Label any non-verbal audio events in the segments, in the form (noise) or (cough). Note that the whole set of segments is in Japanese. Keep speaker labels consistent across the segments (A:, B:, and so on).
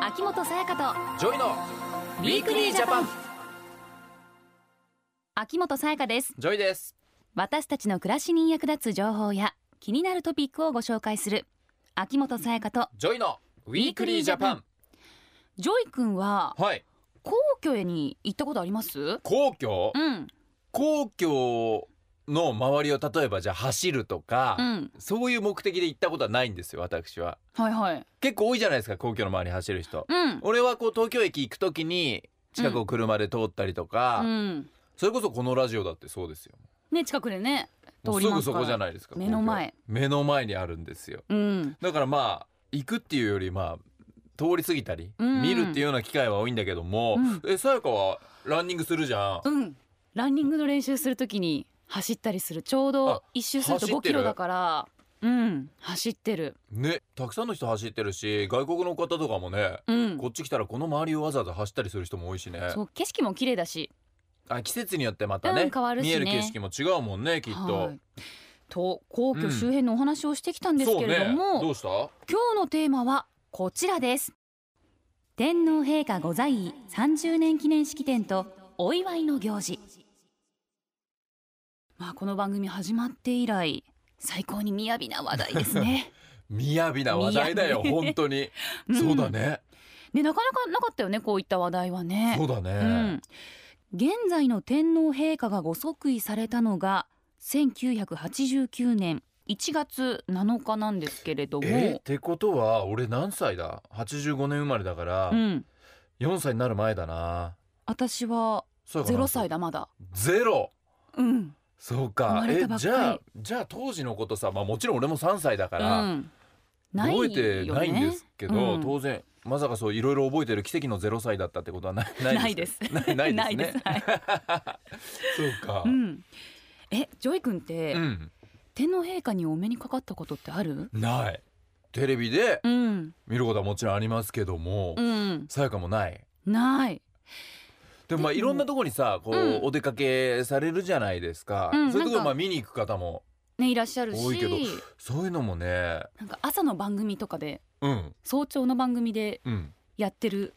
A: 秋元才加と
B: ジョイのウィークリージャパン
A: 秋元才加です
B: ジョイです
A: 私たちの暮らしに役立つ情報や気になるトピックをご紹介する秋元才加と
B: ジョイのウィークリージャパン
A: ジョイ君は
B: はい
A: 皇居へに行ったことあります
B: 皇居
A: うん
B: 皇居の周りを例えばじゃあ走るとか、
A: うん
B: そういう目的で行ったことはないんですよ私は
A: はいはい
B: 結構多いじゃないですか皇居の周り走る人、
A: うん
B: 俺はこう東京駅行くときに近くを車で通ったりとか、
A: うん
B: それこそこのラジオだってそうですよ
A: ね近くでね通
B: もう
A: り
B: す
A: ま
B: ぐ
A: す
B: そ
A: から
B: こじゃないですか
A: 目の前
B: 皇居目の前にあるんですよ
A: うん
B: だからまあ行くっていうよりまあ通り過ぎたり、
A: うん
B: 見るっていうような機会は多いんだけども、えさやかはランニングするじゃん、
A: うんランニングの練習するときに走ったりするちょう
B: あ
A: ど一周すると
B: 走
A: 5
B: って
A: キ
B: る
A: ロだからうん走ってる
B: ねたくさんの人走ってるし外国の方とかもね、
A: うん
B: こっち来たらこの周りをわざわざ走ったりする人も多いしね
A: そう景色も綺麗だし
B: あ季節によってまたね,、
A: うん変わるし
B: 見
A: ね
B: える景色も違うもんねきっと、
A: はいと皇居周辺のお話をしてきたんです
B: そ
A: け
B: う
A: れ
B: ね
A: ども、
B: どうした
A: 今日のテーマはこちらです天皇陛下ご在位30年記念式典とお祝いの行事まあこの番組始まって以来最高に雅な話題です
B: (laughs)
A: ね、
B: 雅な話題だよ
A: 雅
B: 本当
A: (laughs)
B: に、
A: ん
B: そうだね
A: ねなかなかなかったよねこういった話題はね
B: そうだね、
A: うん、現在の天皇陛下がご即位されたのが1989年1月7日なんですけれども、
B: えってことは俺何歳だ85年生まれだから、
A: うん、
B: 4歳になる前だな
A: 私は
B: そうかな
A: 0歳だまだ、
B: ゼロ
A: うん、
B: そう
A: 生
B: か
A: まれ
B: え
A: たばっか
B: じ
A: り
B: ゃあじゃあ当時のことさ、まあ、もちろん俺も3歳だか
A: う
B: ら、
A: ん、ないよ
B: 覚
A: ね
B: えてないんですけど、
A: うん
B: 当然まさかそういろいろ覚えてる奇跡の0歳だったってことはない
A: ない
B: で
A: ですす
B: か (laughs) ないないですね
A: (laughs) ないです
B: そうか、
A: うん、えジョイ君って、
B: うん
A: 天皇陛下にお目にかかったことってある
B: ないテレビで
A: うん
B: 見ることはもちろんありますけども
A: うん
B: さやかもない
A: ない
B: でもまあ
A: で
B: い
A: も
B: ろんなとこにさこう、
A: うん
B: お出かけされるじゃないですか、
A: うん
B: そういうとこ
A: なんか
B: まあ見に行く方も
A: ねいらっしゃる
B: 多い
A: し
B: けどそういうのもね
A: なんか朝の番組とかで
B: うん
A: 早朝の番組で
B: うん
A: やってる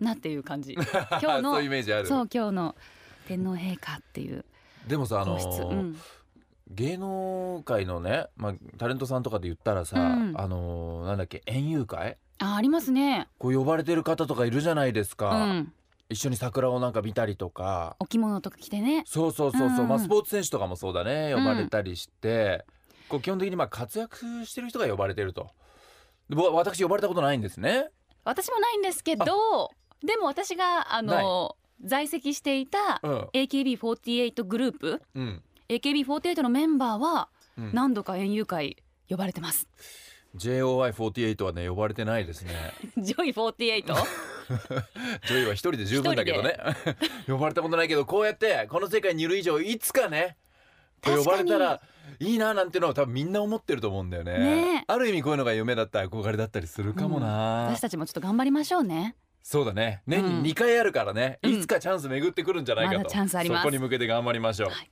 A: なっていう
B: (laughs)
A: 感じ今日の
B: そういうイメージある
A: そう今日の天皇陛下っていう
B: でもさあの
A: 皇
B: ー
A: 室、うん
B: 芸能界のね、まあ、タレントさんとかで言ったらさ、
A: うん
B: あのーなんだっけ園遊会
A: あありますね
B: こう呼ばれてる方とかいるじゃないです
A: う
B: か、
A: ん
B: 一緒に桜をなんか見たりとか
A: お着物とか着てね
B: そうそうそうそう、
A: うん
B: まあ、スポーツ選手とかもそうだね
A: うん
B: 呼ばれたりして、こう基本的にまあ活躍してる人が呼ばれてると。で僕は私呼ばれたことないんですね。
A: 私もないんですけどでも私があの在籍していた
B: うん、
A: AKB48 グループ
B: うん、
A: AKB48 のメンバーは
B: うん。
A: 何度か園遊会呼ばれてます。 (laughs)
B: JOY48 はね呼ばれてないですね。
A: ジョイ48。
B: ジョイは一人で十分だけどね呼ばれたことないけどこうやってこの世界にいる以上いつかねこう
A: 確
B: 呼ば
A: か
B: れ
A: に
B: たらいいななんてのは多分みんな思ってると思うんだよね
A: ねえ
B: ある意味こういうのが夢だったり憧れだったりするかもな、
A: 私たちもちょっと頑張りましょうね。
B: そうだね年
A: うん
B: に2回あるからね、
A: うん
B: いつかチャンス巡ってくるんじゃないかと、
A: まだチャンスあります
B: そこに向けて頑張りましょう、
A: はい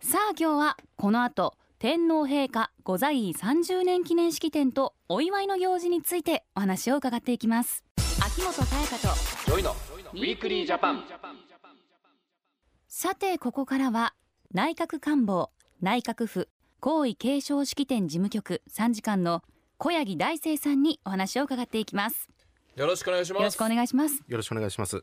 A: さあ今日はこの後天皇陛下ご在位30年記念式典とお祝いの行事についてお話を伺っていきます。秋元彩香と
B: ジョイの
A: ウィークリージャパンさてここからは内閣官房内閣府皇位継承式典事務局参事官の小柳大成さんにお話を伺っていきます。
B: よろしくお願いします
A: よろしくお願いします。
C: よろしくお願いします。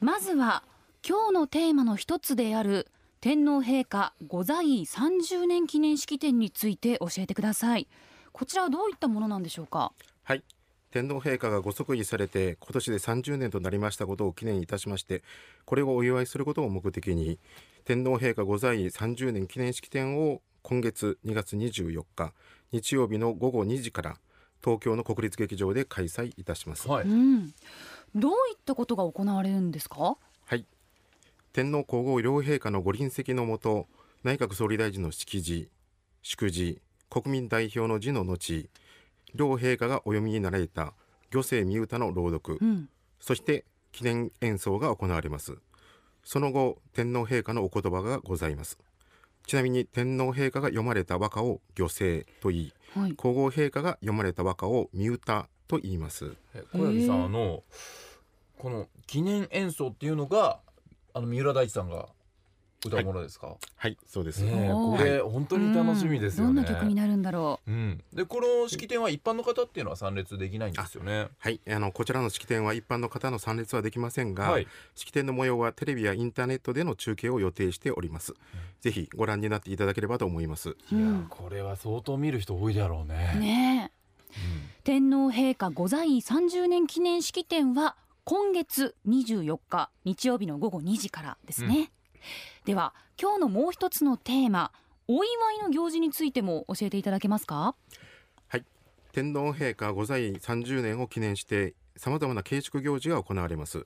A: まずは今日のテーマの一つである天皇陛下ご在位30年記念式典について教えてくださいこちらはどういったものなんでしょうか
C: はい。天皇陛下がご即位されて今年で30年となりましたことを記念いたしましてこれをお祝いすることを目的に天皇陛下ご在位30年記念式典を今月2月24日日曜日の午後2時から東京の国立劇場で開催いたします、
B: は
A: う
B: い、
A: ん。どういったことが行われるんですか
C: はい、天皇皇后両陛下のご臨席のもと内閣総理大臣の式辞祝辞国民代表の辞の後両陛下がお読みになられた御政御歌の朗読、
A: うん。
C: そして記念演奏が行われますその後天皇陛下のお言葉がございますちなみに天皇陛下が読まれた和歌を御政と言い
A: はい
C: 皇后陛下が読まれた和歌を御歌と言います
B: え小柳さん、あのこの記念演奏っていうのがあの三浦大知さんが歌うものですか、
C: はいそうです、
B: ねえ
A: おー
B: これ本当に楽しみですよね
A: うんどんな曲になるんだろ
B: うん、でこの式典は一般の方っていうのは参列できないんですよね
C: はい、あのこちらの式典は一般の方の参列はできませんが、
B: はい
C: 式典の模様はテレビやインターネットでの中継を予定しております、ぜひご覧になっていただければと思います
A: う。うん
B: これは相当見る人多いだろうね
A: ねえ、天皇陛下御在位30年記念式典は今月24日日曜日の午後2時からですね、では今日のもう一つのテーマお祝いの行事についても教えていただけますか
C: はい、天皇陛下御在位30年を記念してさまざまな慶祝行事が行われます、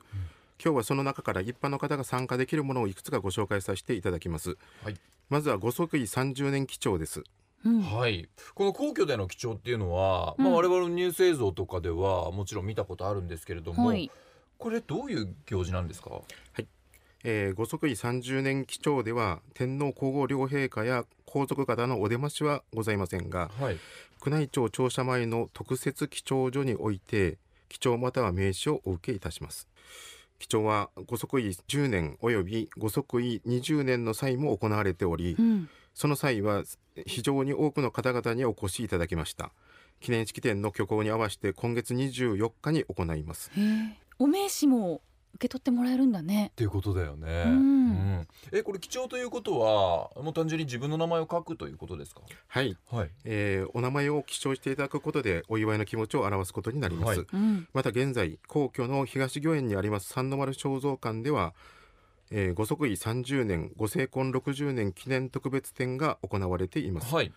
C: 今日はその中から一般の方が参加できるものをいくつかご紹介させていただきます、
B: はい
C: まずはご即位30年記帳です
A: うん、
B: はい、この皇居での記帳っていうのは、まあ、
A: うん
B: 我々のニュース映像とかではもちろん見たことあるんですけれども、
A: はい、
B: これどういう行事なんですか、
C: えーご即位30年記帳では天皇皇后両陛下や皇族方のお出ましはございませんが
B: はい、
C: 宮内庁庁舎前の特設記帳所において記帳または名刺をお受けいたします記帳はご即位10年およびご即位20年の際も行われており
A: うん、
C: その際は非常に多くの方々にお越しいただきました記念式典の挙行に合わせて今月24日に行います
A: へえお名刺も受け取ってもらえるんだね
B: っていうことだよね、
A: うん
B: んえこれ記帳ということはもう単純に自分の名前を書くということですか
C: はい、
B: はい
C: えーお名前を記帳していただくことでお祝いの気持ちを表すことになります、
B: はい
A: うん、
C: また現在皇居の東御苑にあります三の丸肖像館では、えーご即位30年ご成婚60年記念特別展が行われています
B: はい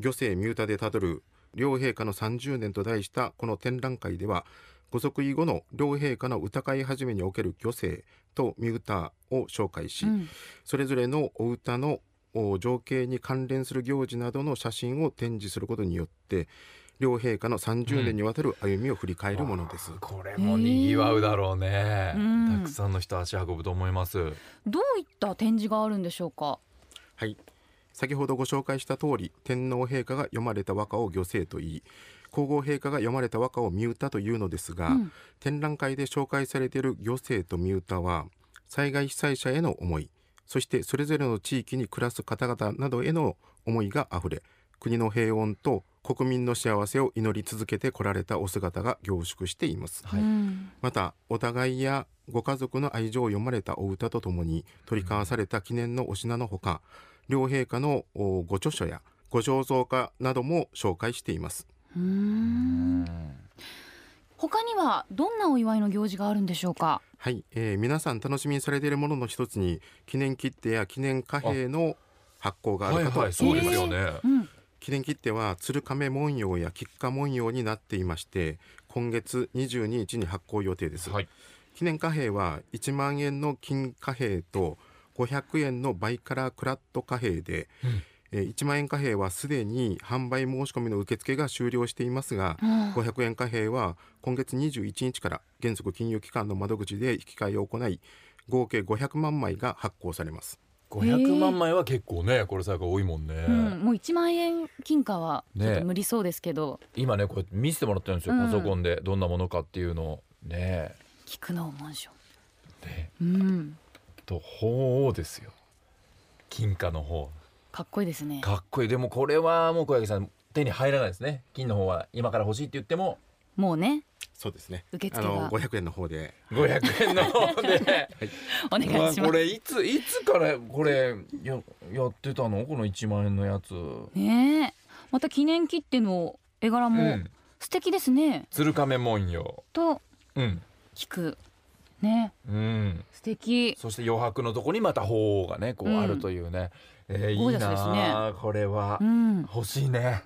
C: 御政ミュータでたどる両陛下の30年と題したこの展覧会ではご即位後の両陛下の歌会始めにおける御政とミュータを紹介し、
A: うん
C: それぞれのお歌のお情景に関連する行事などの写真を展示することによって両陛下の30年にわたる歩みを振り返るものです、
B: あーこれもにぎわうだろうね、
A: うん
B: たくさんの人足運ぶと思います
A: どういった展示があるんでしょうか
C: はい先ほどご紹介した通り天皇陛下が読まれた和歌を御政と言い皇后陛下が読まれた和歌を御歌というのですが、
A: うん
C: 展覧会で紹介されている御政と御歌は災害被災者への思いそしてそれぞれの地域に暮らす方々などへの思いがあふれ国の平穏と国民の幸せを祈り続けてこられたお姿が凝縮しています、
B: はい
A: うん
C: またお互いやご家族の愛情を読まれたお歌とともに取り交わされた記念のお品のほか両陛下のおご著書やご肖像画なども紹介しています
A: うん他にはどんなお祝いの行事があるんでしょうか
C: はい、えー皆さん楽しみにされているものの一つに記念切手や記念貨幣の発行があ
B: はい
C: るかと
B: は
C: 思い
B: い
C: ま
B: そ
C: す、
B: うですよね、
A: うん、
C: 記念切手は鶴亀文様や菊花文様になっていまして今月22日に発行予定です、
B: はい
C: 記念貨幣は1万円の金貨幣と500円のバイカラークラット貨幣で、
B: うん
C: えー1万円貨幣はすでに販売申し込みの受付が終了していますが、
A: うん
C: 500円貨幣は今月21日から原則金融機関の窓口で引き換えを行い合計500万枚が発行されます
B: 500万枚は結構ねこれ最後多いもんね、
A: うん、もう1万円金貨はち
B: ね
A: ょっと無理そうですけど、
B: 今ねこれ見せてもらってるんですよ、
A: うん
B: パソコンでどんなものかっていうのをね
A: 菊の紋章、
B: ね
A: うん、
B: と鳳凰ですよ金貨の方
A: かっこいいですね
B: かっこいいでもこれはもう小柳さん手に入らないですね金の方は今から欲しいって言っても
A: もうね
C: そうですね
A: 受
C: あ
A: 付
C: の
A: が
C: 500円の方で
B: 500円の方で
A: お願いします、
B: これいついつからこれややってたのこの1万円のやつ、
A: ねえまた記念切手の絵柄
B: う
A: も
B: ん、
A: 素敵ですね、
B: 鶴亀文様
A: と
B: うん
A: 菊ね
B: うん
A: 素敵
B: そして余白のとこにまた鳳凰がねこうあるというね、えーい
A: ゴー
B: い
A: ジャスですね
B: なあこれは、
A: うん、ね
B: 欲しいね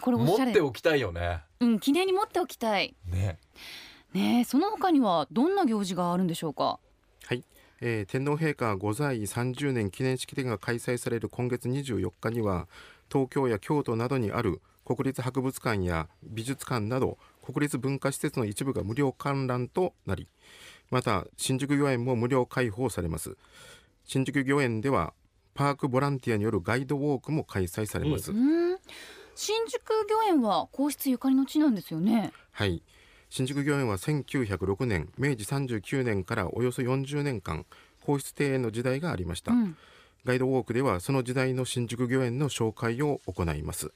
A: これおしゃ
B: 持っ
A: れ
B: ておきたいよね
A: うん、記念に持っておきたい
B: ね
A: ねえその他にはどんな行事があるんでしょうか
C: はい、えー天皇陛下御在位30年記念式典が開催される今月24日には東京や京都などにある国立博物館や美術館など国立文化施設の一部が無料観覧となりまた新宿御苑も無料開放されます新宿御苑ではパークボランティアによるガイドウォークも開催されます、
A: うん新宿御苑は皇室ゆかりの地なんですよね
C: はい新宿御苑は1906年明治39年からおよそ40年間皇室庭園の時代がありました、
A: うん
C: ガイドウォークではその時代の新宿御苑の紹介を行います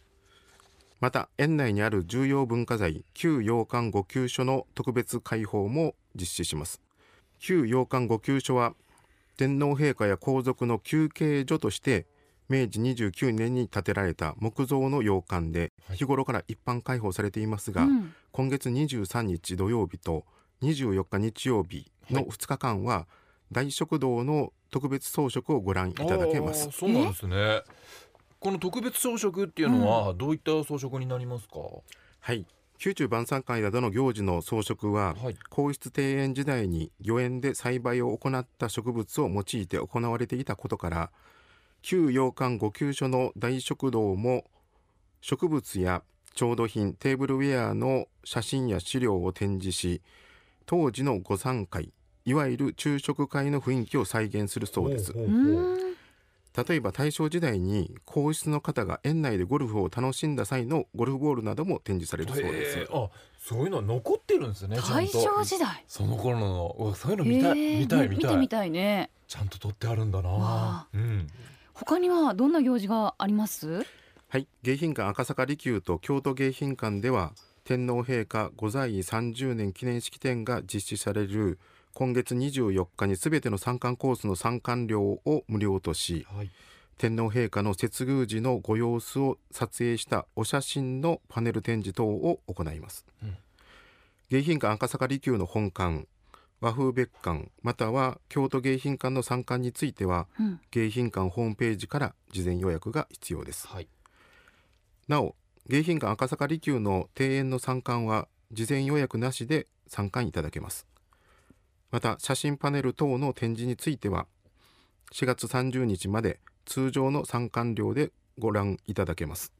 C: また園内にある重要文化財旧洋館御休所の特別開放も実施します旧洋館御休所は天皇陛下や皇族の休憩所として明治29年に建てられた木造の洋館で日頃から一般開放されていますが、
A: うん
C: 今月23日土曜日と24日日曜日の2日間は大食堂の特別装飾をご覧いただけます
B: あーそうなんですねこの特別装飾っていうのはどういった装飾になりますか、
C: はい宮中晩餐会などの行事の装飾は、
B: はい
C: 皇室庭園時代に御園で栽培を行った植物を用いて行われていたことから旧洋館御給所の大食堂も植物や調度品テーブルウェアの写真や資料を展示し当時の御参会いわゆる昼食会の雰囲気を再現するそうです
B: ほう
A: う
B: ほうほう
A: ーん
C: 例えば大正時代に皇室の方が園内でゴルフを楽しんだ際のゴルフボールなども展示されるそうです、
B: へーあそういうのは残ってるんですねちゃんと
A: 大正時代
B: その頃のうわそういうの見たい、
A: へー
B: 見たい
A: み
B: 見た
A: て
B: い
A: みたいね
B: ちゃんと撮ってあるんだな
A: わあ
B: うん
A: 他にはどんな行事があります
C: はい、迎賓館赤坂離宮と京都迎賓館では天皇陛下御在位30年記念式典が実施される今月24日に全ての参観コースの参観料を無料とし
B: はい
C: 天皇陛下の接遇時のご様子を撮影したお写真のパネル展示等を行います、
B: うん
C: 迎賓館赤坂離宮の本館和風別館または京都迎賓館の参観については
A: うん
C: 迎賓館ホームページから事前予約が必要です
B: はい
C: なお迎賓館赤坂離宮の庭園の参観は事前予約なしで参観いただけますまた写真パネル等の展示については4月30日まで通常の参観料でご覧いただけます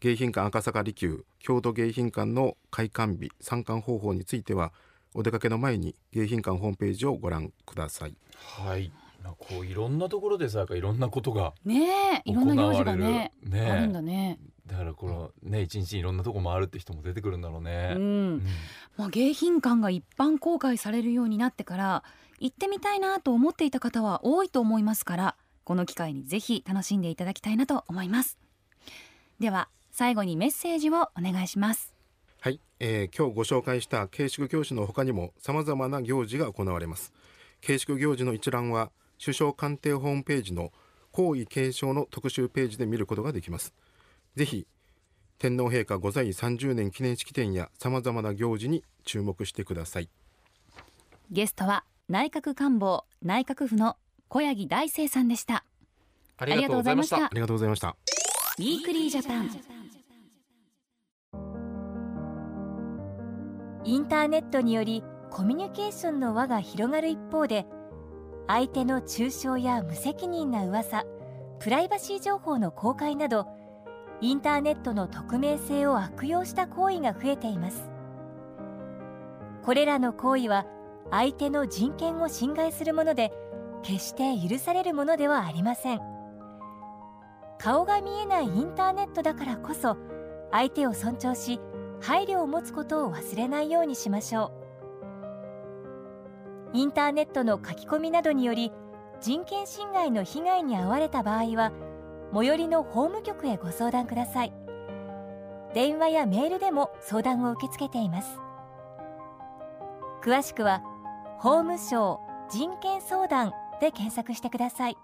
C: 迎賓館赤坂離宮京都迎賓館の開館日参観方法についてはお出かけの前に迎賓館ホームページをご覧ください
B: はいなんかこういろんなところでさいろんなことが
A: ねえいろんな行事がね
B: 行われるね
A: あるんだね
B: だからこのね一日いろんなとこ回るって人も出てくるんだろうね
A: う、
B: うん
A: んまあ、迎賓館が一般公開されるようになってから行ってみたいなと思っていた方は多いと思いますからこの機会にぜひ楽しんでいただきたいなと思いますでは最後にメッセージをお願いします
C: はい、えー今日ご紹介した慶祝行事の他にも様々な行事が行われます慶祝行事の一覧は首相官邸ホームページの皇位継承の特集ページで見ることができますぜひ天皇陛下御在位30年記念式典や様々な行事に注目してください
A: ゲストは内閣官房内閣府の小柳大生さんでした
B: あ
A: りがとうございました
C: ありがとうございました
A: ウィークリージャパン
D: インターネットによりコミュニケーションの輪が広がる一方で相手の中傷や無責任な噂プライバシー情報の公開などインターネットの匿名性を悪用した行為が増えていますこれらの行為は相手の人権を侵害するもので決して許されるものではありません顔が見えないインターネットだからこそ相手を尊重し配慮を持つことを忘れないようにしましょうインターネットの書き込みなどにより人権侵害の被害に遭われた場合は最寄りの法務局へご相談ください電話やメールでも相談を受け付けています詳しくは法務省人権相談で検索してください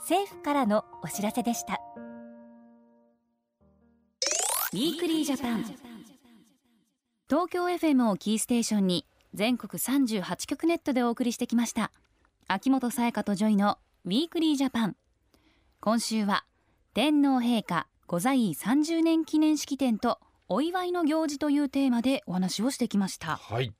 D: 政府からのお知らせでした
A: ウィークリージャパン東京 FM をキーステーションに全国38局ネットでお送りしてきました秋元才加とジョイのウィークリージャパン今週は天皇陛下御在位30年記念式典とお祝いの行事というテーマでお話をしてきました
B: はい、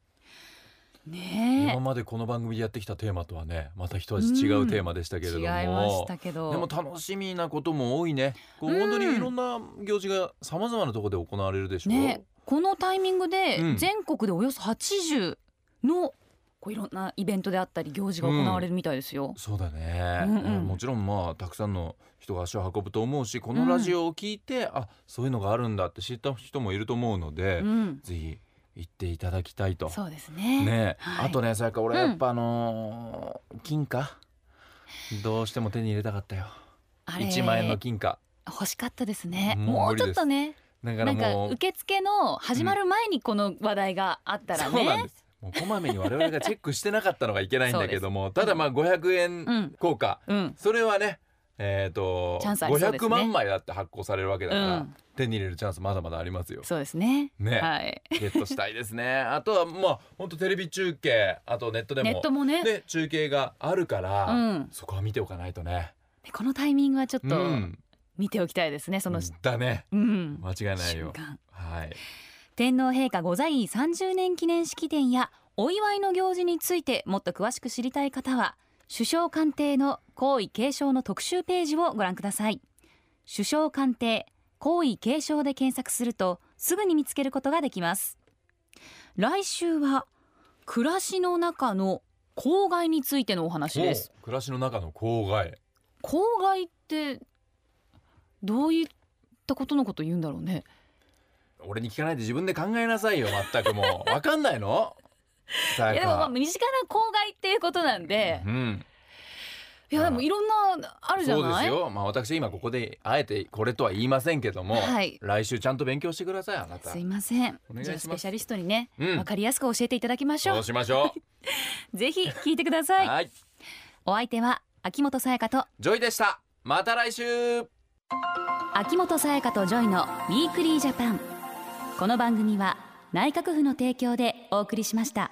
B: 今
A: ね
B: までこの番組でやってきたテーマとはねまた一味違うテーマでした
A: え
B: けれど
A: 違
B: も、
A: いましたけど
B: でも楽しみなことも多いねこう
A: うん
B: 本当にいろんな行事がさまざまなところで行われるでしょう、
A: ねえこのタイミングで
B: うん
A: 全国でおよそ80のこういろんなイベントであったり行事が行われるみたいですよ。
B: そうだね、
A: うんうん
B: もちろんまあたくさんの人が足を運ぶと思うしこのラジオを聞いて、あそういうのがあるんだって知った人もいると思うので、
A: うん、
B: ぜひ行っていただきたいと。
A: そうですね。
B: ねえ、
A: はい
B: あとねさやか俺
A: うん
B: やっぱあのー金貨どうしても手に入れたかったよ
A: あれ
B: 1万円の金貨
A: 欲しかったですね。
B: もう
A: も
B: 無
A: う
B: 理
A: ちょっとね、
B: だか
A: な
B: ら
A: んか
B: もう
A: 受付の始まる前にこの話題があったら
B: そうなん
A: ね
B: で。すもうこまめに我々がチェックしてなかったのがいけないんだけどもただまあ500
A: う
B: 円
A: ん、
B: 硬貨、
A: うん、
B: それはねえー、と
A: チャンスありそうですね
B: 500万枚だって発行されるわけだ
A: う
B: から、
A: ん、
B: 手に入れるチャンスまだまだありますよ。
A: そうですね。
B: ね、
A: はい。
B: ゲットしたいですね (laughs) あとはまあ本当テレビ中継あとネットでも
A: ネットもね、
B: で中継があるから、
A: うん、
B: そこは見ておかないとね。
A: このタイミングはちょっ
B: う
A: と
B: ん
A: 見ておきたいですね。その、
B: だね
A: うん、
B: 間違いない
A: 瞬
B: よ
A: 間。
B: はい
A: 天皇陛下御在位30年記念式典やお祝いの行事についてもっと詳しく知りたい方は首相官邸の皇位継承の特集ページをご覧ください首相官邸皇位継承で検索するとすぐに見つけることができます来週は暮らしの中の公害についてのお話です
B: お暮らしの中の郊外
A: 公害ってどういったことのことを言うんだろうね
B: 俺に聞かないで自分で考えなさいよ全くもう (laughs) わかんないのさ
A: いやで
B: や
A: もまあ
B: か
A: 身近な公害っていうことなんで、
B: うん、
A: いやでもいろんなあるじゃ
B: そうで
A: な
B: す
A: い。
B: よ、まあ、私今ここであえてこれとは言いませんけども、
A: はい
B: 来週ちゃんと勉強してくださいあなた
A: すいません
B: お。願いします
A: じゃあスペシャリストにね、
B: うん
A: わかりやすく教えていただきましょ
B: そうう。しましょ
A: (laughs) ぜひ聞いてくだ
B: う
A: さい。
B: はい
A: お相手は秋元才加と
B: ジョイでしたまた来週
A: 秋元才加とジョイのウィークリージャパン。この番組は内閣府の提供でお送りしました。